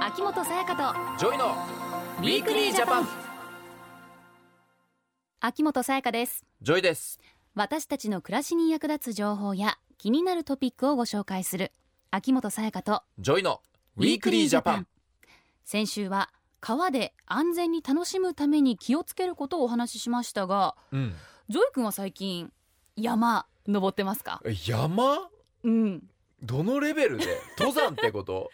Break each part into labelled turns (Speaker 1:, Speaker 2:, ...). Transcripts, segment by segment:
Speaker 1: 秋元才加と
Speaker 2: ジョイのウィークリージャパン
Speaker 1: 秋元才加です
Speaker 2: ジョイです
Speaker 1: 私たちの暮らしに役立つ情報や気になるトピックをご紹介する秋元才加と
Speaker 2: ジョイのウィークリージャパン
Speaker 1: 先週は川で安全に楽しむために気をつけることをお話ししましたが
Speaker 2: うん
Speaker 1: ジョイ君は最近山登ってますか
Speaker 2: え山
Speaker 1: うん
Speaker 2: どのレベ ルで登山ってこと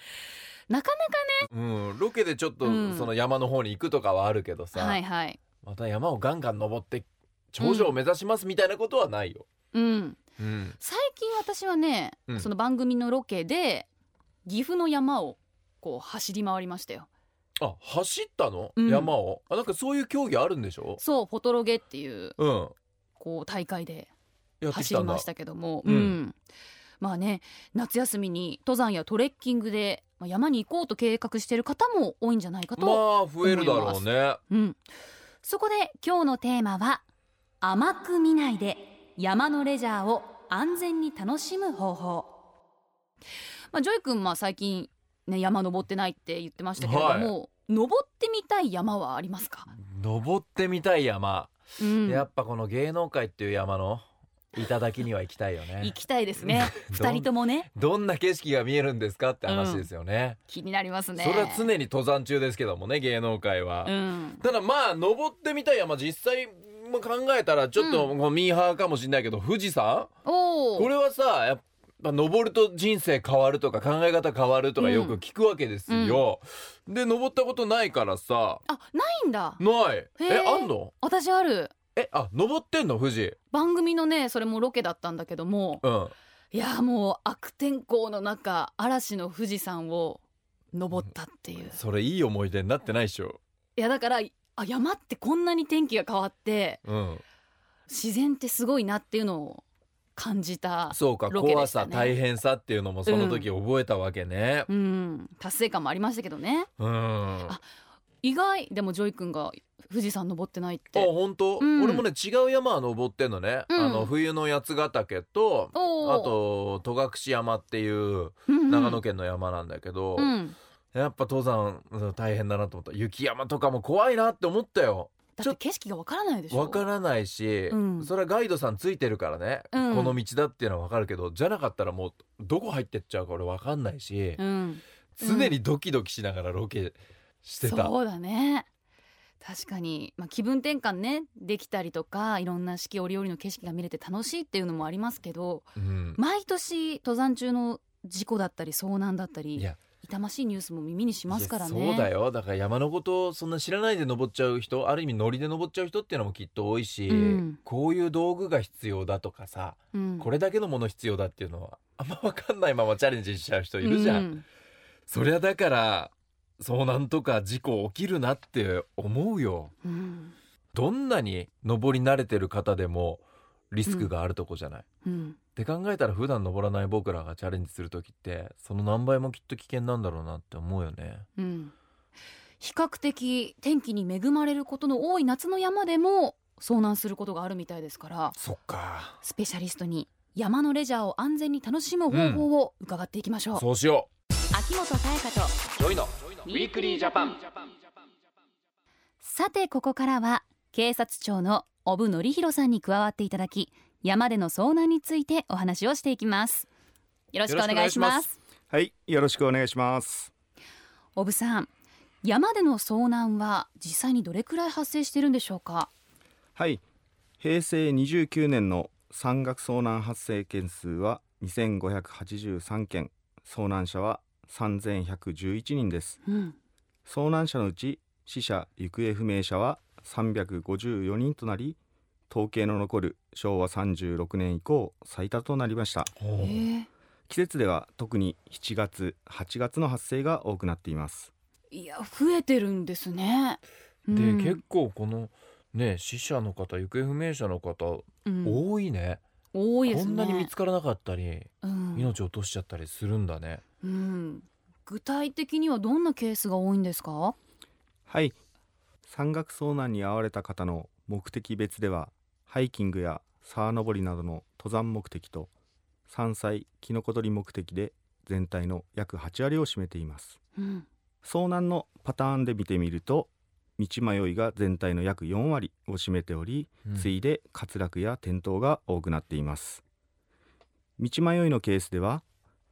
Speaker 1: なかな
Speaker 2: うんロケでちょっと
Speaker 1: うん
Speaker 2: その山の方に行くとかはあるけどさ、
Speaker 1: かはいはい
Speaker 2: また山をガンガン登って頂上を目指しますみたいなことはないよ、
Speaker 1: うん
Speaker 2: うん、
Speaker 1: 最近私はね、
Speaker 2: うん
Speaker 1: その番組のロケで岐阜の山をこう走り回りましたよ
Speaker 2: あ走ったの、
Speaker 1: うん
Speaker 2: 山をあなんかそういう競技あるんでしょ
Speaker 1: そうフォトロゲっていう
Speaker 2: うん
Speaker 1: こう大会で
Speaker 2: やって
Speaker 1: 走
Speaker 2: きた
Speaker 1: り
Speaker 2: んだ
Speaker 1: ましたけども、
Speaker 2: う
Speaker 1: うんんまあね夏休みに登山やトレッキングでまあ山に行こうと計画している方も多いんじゃないかと、
Speaker 2: まあ増えるだろうね
Speaker 1: うん、そこで今日のテーマは「甘く見ないで山のレジャーを安全に楽しむ方法」まあ、ジョイ君まあ最近、ね、山登ってないって言ってましたけれども、登ってみたい山はありますか、
Speaker 2: 登ってみたい山、
Speaker 1: うん、
Speaker 2: やっぱこの芸能界っていう山の頂には行きたいよね
Speaker 1: 行きたいですね
Speaker 2: ど
Speaker 1: 二
Speaker 2: ん
Speaker 1: 人ともね
Speaker 2: どんな景色が見えるんですかって話ですよね。
Speaker 1: 気になりますね
Speaker 2: それは常に登山中ですけどもね芸能界は。
Speaker 1: うん、
Speaker 2: ただまあ登ってみたい山実際も考えたらちょっと
Speaker 1: う
Speaker 2: こうミーハーかもしれないけど富士山
Speaker 1: お
Speaker 2: こ
Speaker 1: お
Speaker 2: れはさやっぱ登ると人生変わるとか考え方変わるとか
Speaker 1: うん
Speaker 2: よく聞くわけですよ。で登ったことないからさ
Speaker 1: あないんだ
Speaker 2: ない。
Speaker 1: へ
Speaker 2: え
Speaker 1: ー
Speaker 2: あんの
Speaker 1: 私ある
Speaker 2: えあ登ってんの富士。
Speaker 1: 番組のねそれもロケだったんだけども
Speaker 2: うん。
Speaker 1: いやーもう悪天候の中嵐の富士山を登ったっていう、い
Speaker 2: それいい思い出になってないでしょ。
Speaker 1: やだからあ山ってこんなに天気が変わって
Speaker 2: うん。
Speaker 1: 自然ってすごいなっていうのを感じた
Speaker 2: そうか、
Speaker 1: ロケ
Speaker 2: 怖
Speaker 1: でした
Speaker 2: さ
Speaker 1: ね
Speaker 2: 大変さっていうのもその時覚えたわけね。
Speaker 1: うん達成感もありましたけどね
Speaker 2: うん。あ
Speaker 1: あ意外でもジョイ君が富士山登ってないって
Speaker 2: 本当、
Speaker 1: うん
Speaker 2: 俺もね違う山は登ってんのね、
Speaker 1: うん
Speaker 2: あの冬の八ヶ岳とあ
Speaker 1: おー、
Speaker 2: と戸隠山っていう
Speaker 1: うんうん
Speaker 2: 長野県の山なんだけど、
Speaker 1: うん、
Speaker 2: やっぱ登山うん大変だなと思った雪山とかも怖いなって思ったよ
Speaker 1: だって景色がわからないでしょ
Speaker 2: わからないし、
Speaker 1: うん
Speaker 2: それはガイドさんついてるからね、
Speaker 1: うん
Speaker 2: この道だっていうのはわかるけどじゃなかったらもうどこ入ってっちゃうか俺わかんないし、
Speaker 1: うん
Speaker 2: 常にドキドキしながらロケしてた、
Speaker 1: そうだね確かに、まあ、気分転換ねできたりとかいろんな四季折々の景色が見れて楽しいっていうのもありますけど
Speaker 2: うん
Speaker 1: 毎年登山中の事故だったり遭難だった
Speaker 2: い
Speaker 1: り
Speaker 2: や
Speaker 1: 痛ましいニュースも耳にしますから
Speaker 2: いや
Speaker 1: ね
Speaker 2: そうだよだから山のことをそんな知らないで登っちゃう人ある意味ノリで登っちゃう人っていうのもきっと多いし、
Speaker 1: うん
Speaker 2: こういう道具が必要だとかさ
Speaker 1: うん
Speaker 2: これだけのもの必要だっていうのはあんま分かんないままチャレンジしちゃう人いるじゃん、
Speaker 1: うん
Speaker 2: そりゃだから遭難とか事故起きるなって思うよ
Speaker 1: うん
Speaker 2: どんなに登り慣れてる方でもリスクがあるとこじゃない、
Speaker 1: うん
Speaker 2: って考えたら普段登らない僕らがチャレンジする時ってその何倍もきっと危険なんだろうなって思うよね。
Speaker 1: うん比較的天気に恵まれることの多い夏の山でも遭難することがあるみたいですから
Speaker 2: そっか
Speaker 1: スペシャリストに山のレジャーを安全に楽しむ方法を伺っていきましょう、
Speaker 2: そうしよ
Speaker 1: 秋元才加と
Speaker 2: うジョイの
Speaker 1: ウィークリージャパンさてここからは警察庁の小部典弘さんに加わっていただき山での遭難についてお話をしていきますよろしくお願いし
Speaker 2: よろ
Speaker 1: ま
Speaker 2: し
Speaker 1: す
Speaker 3: はい、よろしくお願いします。
Speaker 1: 小部さん山での遭難は実際にどれくらい発生してるんでしょうか
Speaker 3: はい、平成29年の山岳遭難発生件数は2583件、遭難者は3111人です。
Speaker 1: うん、
Speaker 3: 遭難者のうち死者・行方不明者は354人となり、統計の残る昭和36年以降最多となりました。
Speaker 1: えー
Speaker 3: 季節では特に7月、8月の発生が多くなっています。
Speaker 1: いや増えてるんですね
Speaker 2: で、
Speaker 1: うん
Speaker 2: 結構このね死者の方行方不明者の方、
Speaker 1: うん
Speaker 2: 多いね
Speaker 1: 多いですね
Speaker 2: こんなに見つからなかったり
Speaker 1: うん
Speaker 2: 命落としちゃったりするんだね、
Speaker 1: うん、具体的にはどんなケースが多いんですか
Speaker 3: はい山岳遭難に遭われた方の目的別ではハイキングや沢登りなどの登山目的と山菜キノコ採り目的で全体の約8割を占めています
Speaker 1: うん
Speaker 3: 遭難のパターンで見てみると道迷いが全体の約4割を占めており、
Speaker 2: うん
Speaker 3: 次いで滑落や転倒が多くなっています道迷いのケースでは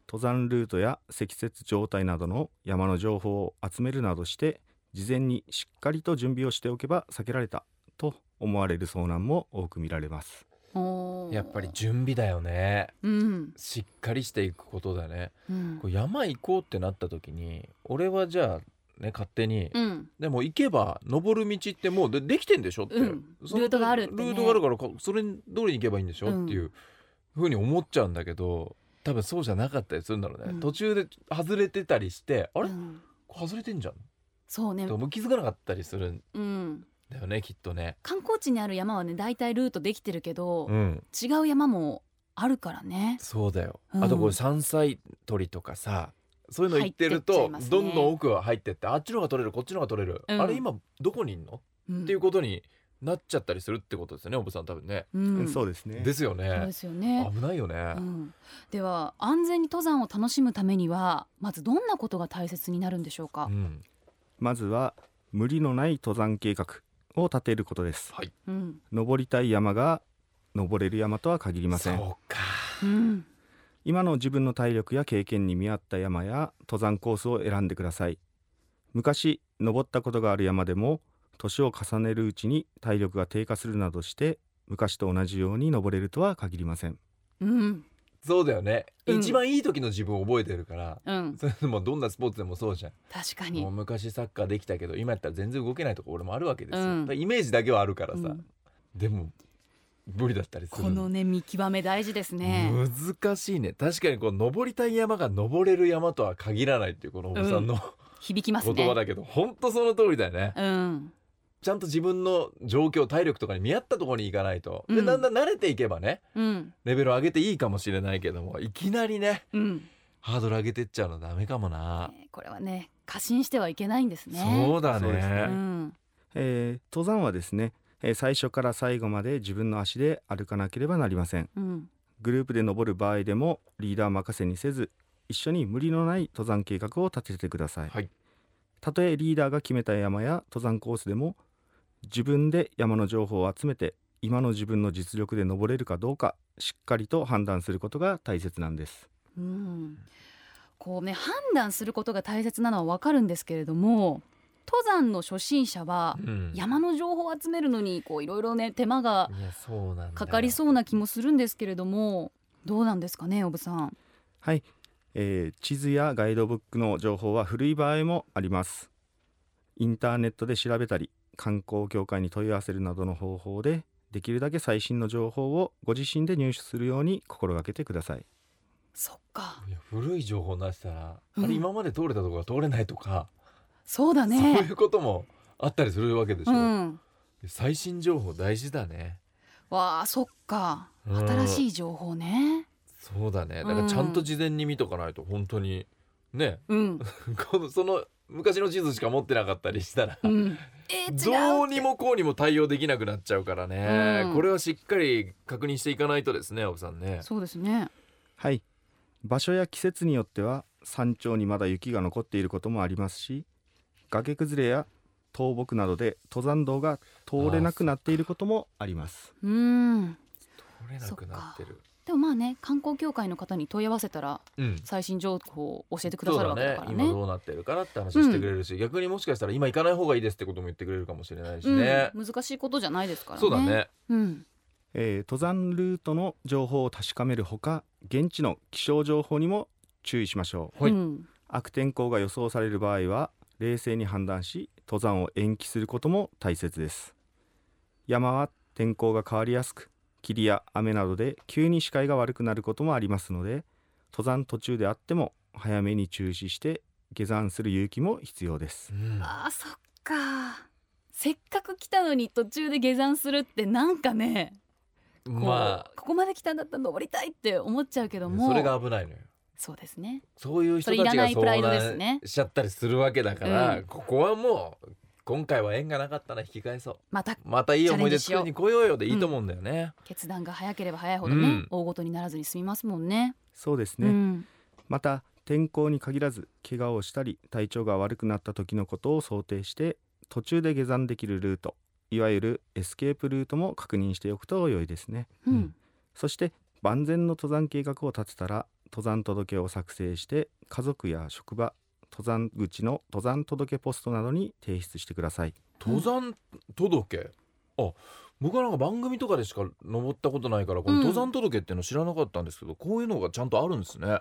Speaker 3: 登山ルートや積雪状態などの山の情報を集めるなどして事前にしっかりと準備をしておけば避けられたと思われる遭難も多く見られます
Speaker 1: おー
Speaker 2: やっぱり準備だよね
Speaker 1: うん、
Speaker 2: しっかりしていくことだね
Speaker 1: うん
Speaker 2: こう山行こうってなった時に俺はじゃあね勝手に、
Speaker 1: うん、
Speaker 2: でも行けば登る道ってもうでできてんでしょって、
Speaker 1: うん
Speaker 2: その
Speaker 1: ルートがあるってね
Speaker 2: ルートがあるからかそれに通りに行けばいいんでしょ、
Speaker 1: うん
Speaker 2: っていうふうに思っちゃうんだけど多分そうじゃなかったりするんだろう
Speaker 1: う
Speaker 2: ね、
Speaker 1: ん
Speaker 2: 途中で外れてたりしてあれ、
Speaker 1: うん
Speaker 2: 外れてんじゃん
Speaker 1: そうね
Speaker 2: で、も気づかなかったりするん
Speaker 1: うん、
Speaker 2: だよねきっとね。
Speaker 1: 観光地にある山はね大体ルートできてるけど、
Speaker 2: うん、
Speaker 1: 違う山もあるからね
Speaker 2: そうだよ、
Speaker 1: うん
Speaker 2: あとこれ山菜取りとかさそういうの言って
Speaker 1: 入
Speaker 2: ると
Speaker 1: ってっちゃいますね
Speaker 2: どんどん奥が入ってってあっちの方が取れるこっちの方が取れる、
Speaker 1: うん
Speaker 2: あれ今どこにいんの
Speaker 1: うん
Speaker 2: っていうことになっちゃったりするってことですよねおぶさん多分ね。
Speaker 1: うん、
Speaker 3: そううですね
Speaker 2: です
Speaker 1: そ
Speaker 2: よ
Speaker 1: う
Speaker 2: ね
Speaker 1: で。すよね
Speaker 2: 危ないよね
Speaker 1: う。ん、では安全に登山を楽しむためにはまずどんなことが大切になるんでしょうか
Speaker 2: う、ん。
Speaker 3: まずは無理のない登山計画を立てることです
Speaker 1: うん
Speaker 3: 登りたい山が登れる山とは限りません
Speaker 2: そうか。
Speaker 1: うん
Speaker 3: 今の自分の体力や経験に見合った山や登山コースを選んでください昔登ったことがある山でも年を重ねるうちに体力が低下するなどして昔と同じように登れるとは限りません
Speaker 1: うん
Speaker 2: そうだよね。
Speaker 1: うん
Speaker 2: 一番いい時の自分を覚えてるから。
Speaker 1: うん
Speaker 2: それでもどんなスポーツでもそうじゃ
Speaker 1: 確か
Speaker 2: ん。
Speaker 1: に
Speaker 2: もう昔サッカーできたけど今やったら全然動けないとこ俺もあるわけですよ。
Speaker 1: うん
Speaker 2: だからイメージだけはあるからさ。
Speaker 1: うん
Speaker 2: でも無理だったりする。
Speaker 1: このね見極め大事ですね、
Speaker 2: 難しいね確かにこう登りたい山が登れる山とは限らないっていうこのおぶさんの、
Speaker 1: 響きます
Speaker 2: 言葉
Speaker 1: ね
Speaker 2: だけど本当その通りだよね。
Speaker 1: うん
Speaker 2: ちゃんと自分の状況体力とかに見合ったところに行かないと、
Speaker 1: う
Speaker 2: で
Speaker 1: ん
Speaker 2: だんだん慣れていけばね
Speaker 1: うん
Speaker 2: レベル上げていいかもしれないけどもいきなりね
Speaker 1: うん
Speaker 2: ハードル上げてっちゃうのダメかもな、
Speaker 1: ねこれはね過信してはいけないんですね
Speaker 2: そうだ
Speaker 3: そうです
Speaker 1: う
Speaker 2: ね
Speaker 1: ん
Speaker 3: えー登山はですね、えー最初から最後まで自分の足で歩かなければなりません
Speaker 1: うん
Speaker 3: グループで登る場合でもリーダー任せにせず一緒に無理のない登山計画を立ててください、
Speaker 2: はい
Speaker 3: たとえリーダーが決めた山や登山コースでも自分で山の情報を集めて今の自分の実力で登れるかどうかしっかりと判断することが大切なんです
Speaker 1: うんこうね判断することが大切なのはわかるんですけれども登山の初心者は
Speaker 2: うん
Speaker 1: 山の情報を集めるのにこういろいろね手間が
Speaker 2: いやそうなんだよ
Speaker 1: かかりそうな気もするんですけれどもどうなんですかねおぶさん
Speaker 3: はい、えー地図やガイドブックの情報は古い場合もありますインターネットで調べたり観光協会に問い合わせるなどの方法でできるだけ最新の情報をご自身で入手するように心がけてください
Speaker 1: そっか
Speaker 2: いや古い情報なしたら、
Speaker 1: うん
Speaker 2: あれ今まで通れたとこが通れないとか、
Speaker 1: そうだ
Speaker 2: そう
Speaker 1: ね
Speaker 2: いうこともあったりするわけでしょ、
Speaker 1: うん
Speaker 2: 最新情報大事だね
Speaker 1: わあそっか
Speaker 2: うん
Speaker 1: 新しい情報ね
Speaker 2: そうだねだからちゃんと事前に見とかないと本当にね
Speaker 1: うん
Speaker 2: このその昔の地図しか持ってなかったりしたら、
Speaker 1: うんえー、違
Speaker 2: ど
Speaker 1: う
Speaker 2: うにもこうにも対応できなくなっちゃうからね、
Speaker 1: うん
Speaker 2: これはしっかり確認していかないとですね青木さんね
Speaker 1: そうですね
Speaker 3: はい場所や季節によっては山頂にまだ雪が残っていることもありますし崖崩れや倒木などで登山道が通れなくなっていることもあります
Speaker 1: うん
Speaker 2: 取れなくなってる
Speaker 1: でもまあね観光協会の方に問い合わせたら
Speaker 2: うん
Speaker 1: 最新情報を教えてくだ
Speaker 2: そう
Speaker 1: さる
Speaker 2: だ
Speaker 1: わけだ
Speaker 2: ね
Speaker 1: からね
Speaker 2: 今どうなってるからって話してくれるし、逆にもしかしたら今行かない方がいいですってことも言ってくれるかもしれないしね、
Speaker 1: うん、難しいことじゃないですからね
Speaker 2: そうだね
Speaker 1: うん
Speaker 3: えー登山ルートの情報を確かめるほか現地の気象情報にも注意しましょう
Speaker 2: はい
Speaker 1: うん
Speaker 3: 悪天候が予想される場合は冷静に判断し登山を延期することも大切です山は天候が変わりやすく霧や雨などで急に視界が悪くなることもありますので登山途中であっても早めに中止して下山する勇気も必要です
Speaker 2: うん
Speaker 1: あーそっかせっかく来たのに途中で下山するってなんかねこう
Speaker 2: まあ
Speaker 1: ここまで来たんだったら登りたいって思っちゃうけども
Speaker 2: それが危ないのよ
Speaker 1: そうですね
Speaker 2: そういう人たち
Speaker 1: それいら
Speaker 2: が
Speaker 1: ないプライ
Speaker 2: 遭
Speaker 1: ドです
Speaker 2: 難
Speaker 1: ね
Speaker 2: しちゃったりするわけだから、
Speaker 1: うん
Speaker 2: ここはもう今回は縁がなかったな引き返そう
Speaker 1: また
Speaker 2: またいい思い出作りに来ようよでいいと思うんだよね、
Speaker 1: 決断が早ければ早いほどね、
Speaker 2: うん
Speaker 1: 大ごとにならずに済みますもんね
Speaker 3: そうですね、
Speaker 1: うん
Speaker 3: また天候に限らず怪我をしたり体調が悪くなった時のことを想定して途中で下山できるルートいわゆるエスケープルートも確認しておくと良いですね
Speaker 1: うん
Speaker 3: そして万全の登山計画を立てたら登山届を作成して家族や職場登山口の登山届ポストなどに提出してください
Speaker 2: 登山届あ僕はなんか番組とかでしか登ったことないからこの登山届っていうの知らなかったんですけど、こういうのがちゃんとあるんですね。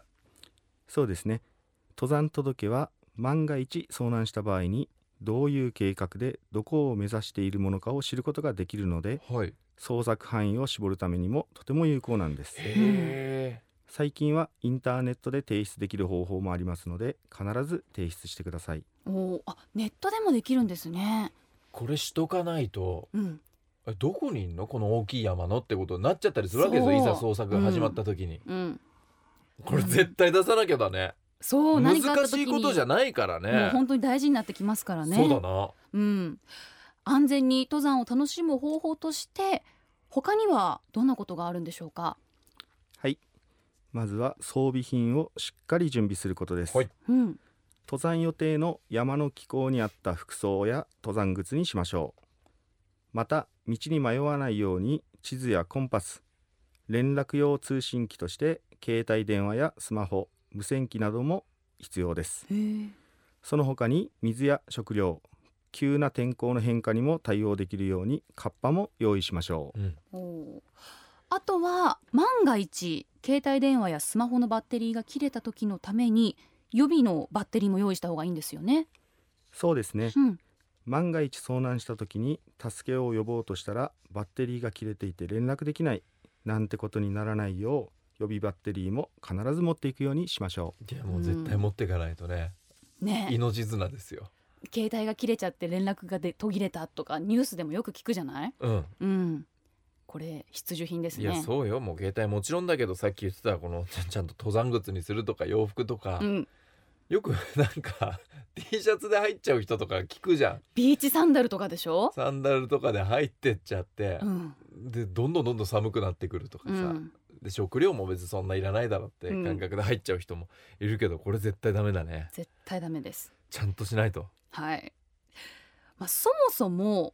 Speaker 3: そうですね登山届は万が一遭難した場合にどういう計画でどこを目指しているものかを知ることができるので
Speaker 2: はい、
Speaker 3: 捜索範囲を絞るためにもとても有効なんです
Speaker 2: へえ、
Speaker 3: 最近はインターネットで提出できる方法もありますので必ず提出してください
Speaker 1: おーあネットでもできるんですね。
Speaker 2: これしとかないと
Speaker 1: うん
Speaker 2: えどこにいんのこの大きい山のってことになっちゃったりするわけですよい
Speaker 1: そ
Speaker 2: ざ
Speaker 1: う
Speaker 2: 捜索が始まった時に、
Speaker 1: うん
Speaker 2: これ絶対出さなきゃだね
Speaker 1: そう
Speaker 2: 難
Speaker 1: 何かあった
Speaker 2: し
Speaker 1: 時
Speaker 2: い
Speaker 1: に
Speaker 2: ことじゃないからね
Speaker 1: もう本当に大事になってきますからね。
Speaker 2: そうだな
Speaker 1: うん、安全に登山を楽しむ方法として他にはどんなことがあるんでしょうか、
Speaker 3: はいまずは装備品をしっかり準備することです、
Speaker 2: はい
Speaker 1: うん
Speaker 3: 登山予定の山の気候に合った服装や登山靴にしましょうまた道に迷わないように地図やコンパス連絡用通信機として携帯電話やスマホ無線機なども必要ですその他に水や食料急な天候の変化にも対応できるようにカッパも用意しましょう
Speaker 2: うん
Speaker 1: おーあとは万が一携帯電話やスマホのバッテリーが切れた時のために予備のバッテリーも用意した方がいいんですよね。
Speaker 3: そうですね
Speaker 1: うん、
Speaker 3: 万が一遭難した時に助けを呼ぼうとしたらバッテリーが切れていて連絡できないなんてことにならないよう予備バッテリーも必ず持っていくようにしましょう
Speaker 2: いやもう絶対持っていかないとね、
Speaker 1: ねえ
Speaker 2: 命綱ですよ
Speaker 1: 携帯が切れちゃって連絡がで途切れたとかニュースでもよく聞くじゃない、
Speaker 2: うん
Speaker 1: うん、これ必需品です
Speaker 2: い
Speaker 1: ね。
Speaker 2: やそうよもう携帯もちろんだけどさっき言ってたこのちゃちゃんと登山靴にするとか洋服とか、
Speaker 1: うん、
Speaker 2: よく なんか T シャツで入っちゃう人とか聞くじゃん
Speaker 1: ビーチサンダルとかでしょ、
Speaker 2: サンダルとかで入ってっちゃって
Speaker 1: う、ん
Speaker 2: でどんどんどんどん寒くなってくるとか
Speaker 1: う
Speaker 2: さ、
Speaker 1: ん、
Speaker 2: で食料も別にそんないらないだろって感覚で入っちゃう人もいるけど、これ絶対ダメだね
Speaker 1: 絶対ダメです。
Speaker 2: ちゃんとしないと
Speaker 1: はい。まあ、そもそも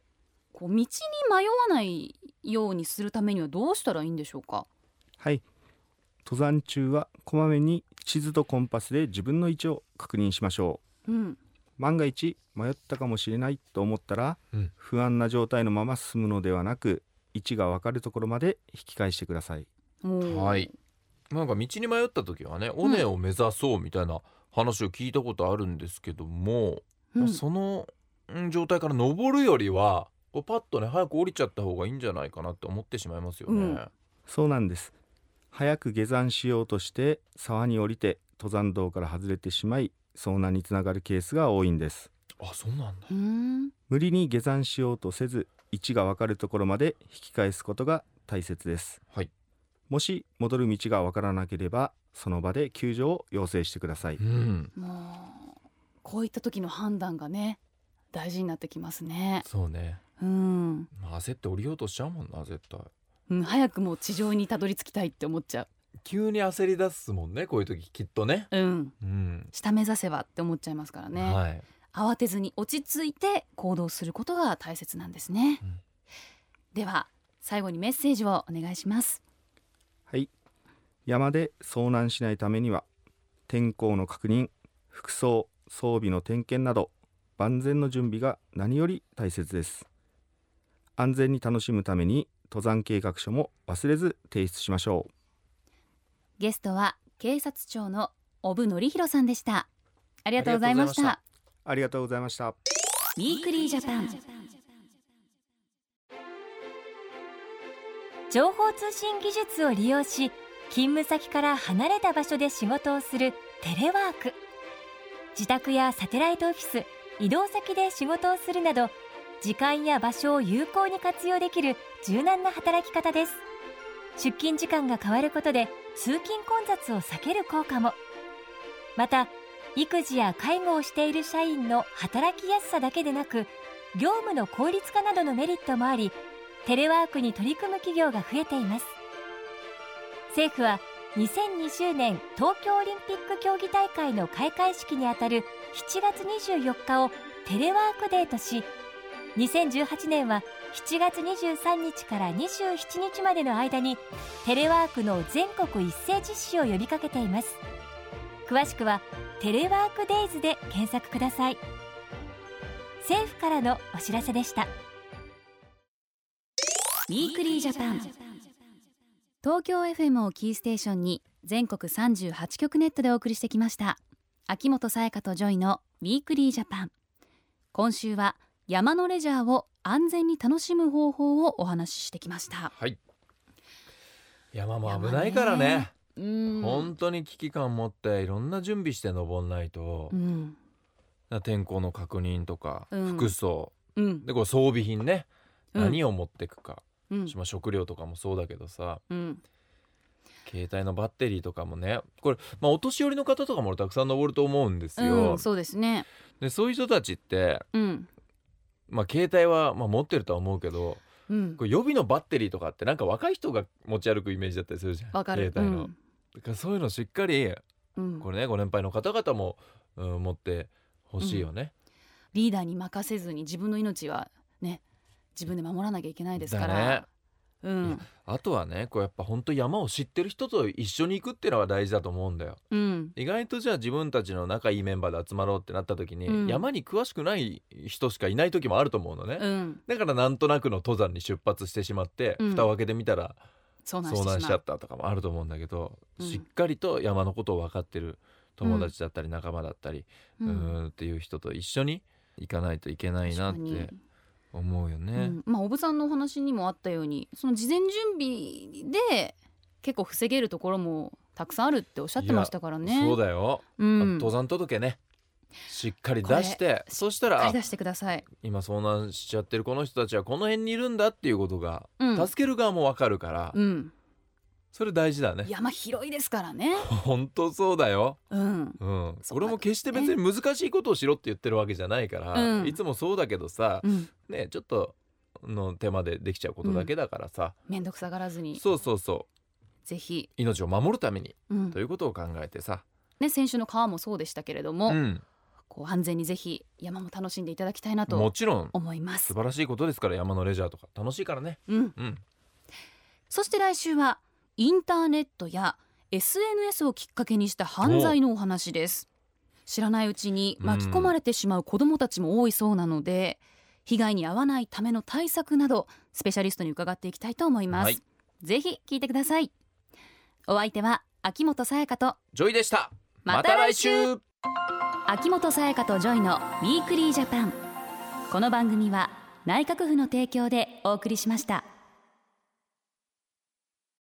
Speaker 1: こう道に迷わないようにするためにはどうしたらいいんでしょうか。
Speaker 3: はい登山中はこまめに地図とコンパスで自分の位置を確認しましょ
Speaker 1: うん。
Speaker 3: う万が一迷ったかもしれないと思ったら、
Speaker 2: うん
Speaker 3: 不安な状態のまま進むのではなく位置がわかるところまで引き返してください
Speaker 1: おー
Speaker 2: はい。なんか道に迷った時はね尾根を目指そうみたいな話を聞いたことあるんですけども、
Speaker 1: うん
Speaker 2: まあそのうん状態から登るよりはこうパッとね早く降りちゃった方がいいんじゃないかなって思ってしまいますよね、
Speaker 1: うん
Speaker 3: そうなんです早く下山しようとして沢に降りて登山道から外れてしまい遭難につながるケースが多いんです
Speaker 2: あそうなんだ
Speaker 1: うーん。
Speaker 3: 無理に下山しようとせず位置がわかるところまで引き返すことが大切です
Speaker 2: はい
Speaker 3: もし戻る道がわからなければその場で救助を要請してください
Speaker 2: うん
Speaker 1: もうこういった時の判断がね大事になってきますね。
Speaker 2: そうね、
Speaker 1: うん。
Speaker 2: まあ、焦って降りようとしちゃうもんな絶対
Speaker 1: うん、早くもう地上にたどり着きたいって思っちゃ
Speaker 2: 急に焦り出すもんねこういう時きっとね
Speaker 1: う。うん。
Speaker 2: うん、
Speaker 1: 下目指せばって思っちゃいますからね。
Speaker 2: はい
Speaker 1: 慌てずに落ち着いて行動することが大切なんですね、
Speaker 2: うん
Speaker 1: では最後にメッセージをお願いします
Speaker 3: はい山で遭難しないためには天候の確認服装装備の点検など万全の準備が何より大切です安全に楽しむために登山計画書も忘れず提出しましょう
Speaker 1: ゲストは警察庁の小部則弘さんでしたありがとうございました
Speaker 2: ありが
Speaker 3: ありがとうございました
Speaker 1: ウィークリージャパン
Speaker 4: 情報通信技術を利用し勤務先から離れた場所で仕事をするテレワーク自宅やサテライトオフィス移動先で仕事をするなど時間や場所を有効に活用できる柔軟な働き方です出勤時間が変わることで通勤混雑を避ける効果もまた育児や介護をしている社員の働きやすさだけでなく業務の効率化などのメリットもありテレワークに取り組む企業が増えています政府は2020年東京オリンピック競技大会の開会式にあたる7月24日をテレワークデーとし2018年は7月23日から27日までの間にテレワークの全国一斉実施を呼びかけています詳しくは「テレワークデイズで検索ください政府からのお知らせでした
Speaker 1: ウィークリージャパン東京 FM をキーステーションに全国38局ネットでお送りしてきました秋元才加とジョイのウィークリージャパン今週は山のレジャーを安全に楽しむ方法をお話ししてきました
Speaker 2: はい山も危ないからね
Speaker 1: うーん
Speaker 2: 本当に危機感持っていろんな準備して登んないと、
Speaker 1: うん
Speaker 2: 天候の確認とか、
Speaker 1: うん
Speaker 2: 服装
Speaker 1: うん
Speaker 2: でこれ装備品ね、
Speaker 1: うん
Speaker 2: 何を持ってくか、
Speaker 1: うん
Speaker 2: まあ食料とかもそうだけどさ
Speaker 1: うん
Speaker 2: 携帯のバッテリーとかもねこれ、まあ、お年寄りの方とかもたくさん登ると思うんですよ。
Speaker 1: うんそうですね
Speaker 2: でそういう人たちって、
Speaker 1: うん
Speaker 2: まあ、携帯は、まあ、持ってるとは思うけど
Speaker 1: うん
Speaker 2: これ予備のバッテリーとかってなんか若い人が持ち歩くイメージだったりするじゃん
Speaker 1: わかる
Speaker 2: 携帯の。だからそういうのしっかり
Speaker 1: うんうん
Speaker 2: これねご年配の方々も、うん、持ってほしいよね。
Speaker 1: リーダーに任せずに自分の命はね自分で守らなきゃいけないですから
Speaker 2: だね
Speaker 1: うん
Speaker 2: あとはねこうやっぱ本当山を知ってる人と一緒に行くっていうのは大事だと思うんだよ
Speaker 1: うん
Speaker 2: 意外とじゃあ自分たちの仲いいメンバーで集まろうってなった時に、
Speaker 1: うん
Speaker 2: 山に詳しくない人しかいない時もあると思うのね、
Speaker 1: うん
Speaker 2: だからなんとなくの登山に出発してしまって、
Speaker 1: うん
Speaker 2: 蓋を開けてみたら
Speaker 1: 遭難して
Speaker 2: 遭
Speaker 1: しまう
Speaker 2: 難しちゃったとかもあると思うんだけど、
Speaker 1: うん
Speaker 2: しっかりと山のことを分かってる友達だったり仲間だったり、う
Speaker 1: うん
Speaker 2: ーんっていう人と一緒に行かないといけないなっ
Speaker 1: 確か
Speaker 2: て
Speaker 1: に
Speaker 2: 思うよね。
Speaker 1: うんまあおぶさんのお話にもあったようにその事前準備で結構防げるところもたくさんあるっておっしゃってましたからね
Speaker 2: そうだよ、
Speaker 1: うん
Speaker 2: あ登山届ねしっかり出してそしたら
Speaker 1: 買い
Speaker 2: あ
Speaker 1: 出してください
Speaker 2: 今遭難しちゃってるこの人たちはこの辺にいるんだっていうことが、
Speaker 1: うん
Speaker 2: 助ける側もわかるから、
Speaker 1: うん
Speaker 2: それ大事だね
Speaker 1: 山広いですからね
Speaker 2: 本当そうだよ、
Speaker 1: うん
Speaker 2: うん、
Speaker 1: そう
Speaker 2: 俺も決して別に難しいことをしろって言ってるわけじゃないから、
Speaker 1: うん
Speaker 2: いつもそうだけどさ、
Speaker 1: うん
Speaker 2: ねちょっとの手間でできちゃうことだけだからさ、
Speaker 1: 面倒くさがらずに
Speaker 2: そうそうそう
Speaker 1: ぜひ、
Speaker 2: 命を守るために
Speaker 1: うん
Speaker 2: ということを考えてさ、
Speaker 1: ね、先週の川もそうでしたけれども、
Speaker 2: うん、
Speaker 1: こう安全にぜひ山も楽しんでいただきたいな
Speaker 2: も
Speaker 1: と
Speaker 2: ちろん
Speaker 1: 思います
Speaker 2: 素晴らしいことですから山のレジャーとか楽しいからね。
Speaker 1: うん、
Speaker 2: うん
Speaker 1: そして来週はインターネットや SNS をきっかけにした犯罪のお話です知らないうちに巻き込まれてしまう子どもたちも多いそうなので、被害に遭わないための対策などスペシャリストに伺っていきたいと思います、
Speaker 2: はい
Speaker 1: ぜひ聞いてくださいお相手は秋元才加と
Speaker 2: ジョイでした。
Speaker 1: また来週
Speaker 2: また来週
Speaker 1: 秋元才加とジョイのウィークリージャパンこの番組は内閣府の提供でお送りしました。